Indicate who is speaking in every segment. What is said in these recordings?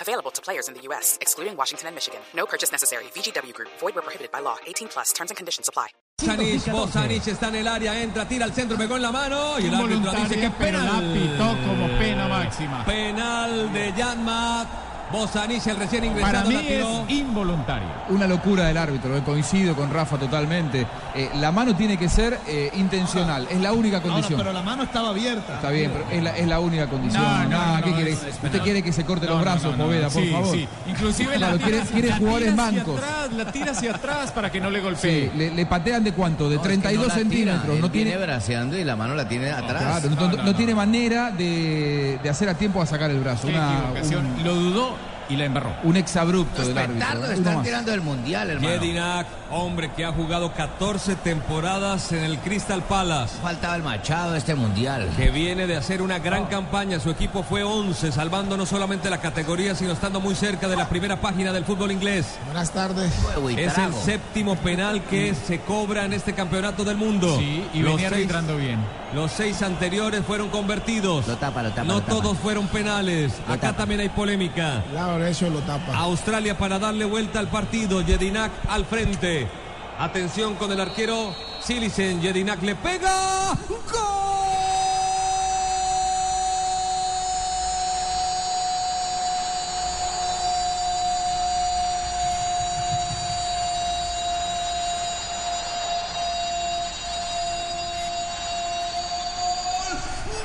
Speaker 1: Available to players in the U.S., excluding Washington and Michigan. No purchase necessary. VGW Group, void were prohibited by law. 18 plus terms and conditions apply.
Speaker 2: Bosanic, Bosanic está en el área, entra, tira al centro, pegó en la mano y el árbitro
Speaker 3: Voluntaria,
Speaker 2: dice que es
Speaker 3: pero la
Speaker 2: penal.
Speaker 3: pitó como pena máxima.
Speaker 2: Penal de Janmat. Bosanic, el recién
Speaker 3: Para
Speaker 2: ingresado,
Speaker 3: mí
Speaker 2: la tiró.
Speaker 3: es involuntario.
Speaker 4: Una locura del árbitro, eh, coincido con Rafa totalmente. Eh, la mano tiene que ser eh, intencional, es la única condición.
Speaker 5: pero la mano estaba abierta.
Speaker 4: Está bien, pero es la, es la única condición.
Speaker 3: No, no,
Speaker 4: Ah, ¿qué
Speaker 3: no,
Speaker 4: quiere?
Speaker 3: es- es
Speaker 4: ¿Usted
Speaker 3: penal.
Speaker 4: quiere que se corte
Speaker 3: No,
Speaker 4: los
Speaker 3: no,
Speaker 4: brazos,
Speaker 3: no, no,
Speaker 4: Poveda,
Speaker 3: no.
Speaker 4: por
Speaker 3: Sí,
Speaker 4: favor?
Speaker 3: sí. Inclusive
Speaker 4: Claro,
Speaker 3: la,
Speaker 4: quiere-
Speaker 3: tira-
Speaker 4: quiere
Speaker 3: la
Speaker 4: jugadores
Speaker 3: tira
Speaker 4: mancos.
Speaker 3: hacia atrás, la tira hacia atrás para que no le golpee.
Speaker 4: Sí, Eh, le, le patean de cuánto? De 32 centímetros. No tiene,
Speaker 5: braceando y la mano la tiene atrás.
Speaker 4: claro, no- no- no tiene manera de, de hacer a tiempo a sacar el brazo.
Speaker 3: Qué
Speaker 4: Una-
Speaker 3: equivocación.
Speaker 4: un,
Speaker 3: Lo dudó y la embarró.
Speaker 4: un exabrupto del árbitro. ¿eh?
Speaker 5: Tardo,
Speaker 4: Uno
Speaker 5: están
Speaker 4: más.
Speaker 5: tirando del mundial, hermano.
Speaker 2: Jedinak, hombre que ha jugado 14 temporadas en el Crystal Palace.
Speaker 5: Faltaba el machado de este mundial.
Speaker 2: Que viene de hacer una gran campaña. Su equipo fue 11, salvando no solamente la categoría, sino estando muy cerca de la primera página del fútbol inglés.
Speaker 5: Buenas tardes.
Speaker 2: Es el séptimo penal
Speaker 5: Mm.
Speaker 2: que se cobra en este campeonato del mundo.
Speaker 3: Sí, y
Speaker 2: Los
Speaker 3: venía
Speaker 2: seis-
Speaker 3: arbitrando bien.
Speaker 2: Los seis anteriores fueron convertidos.
Speaker 5: Lo tapa, lo tapa,
Speaker 2: no
Speaker 5: lo tapa.
Speaker 2: todos fueron penales. Acá
Speaker 5: tapa.
Speaker 2: también hay polémica.
Speaker 5: Claro, eso lo tapa.
Speaker 2: Australia para darle vuelta al partido. Jedinak al frente. Atención con el arquero Silicen. Jedinak le pega. ¡Gol!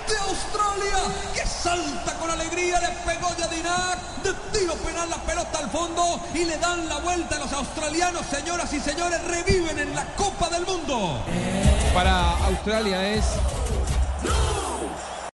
Speaker 2: de Australia que salta con alegría, le pegó Yadinak, de tiro penal la pelota al fondo y le dan la vuelta a los australianos, señoras y señores, reviven en la Copa del Mundo.
Speaker 4: Para Australia es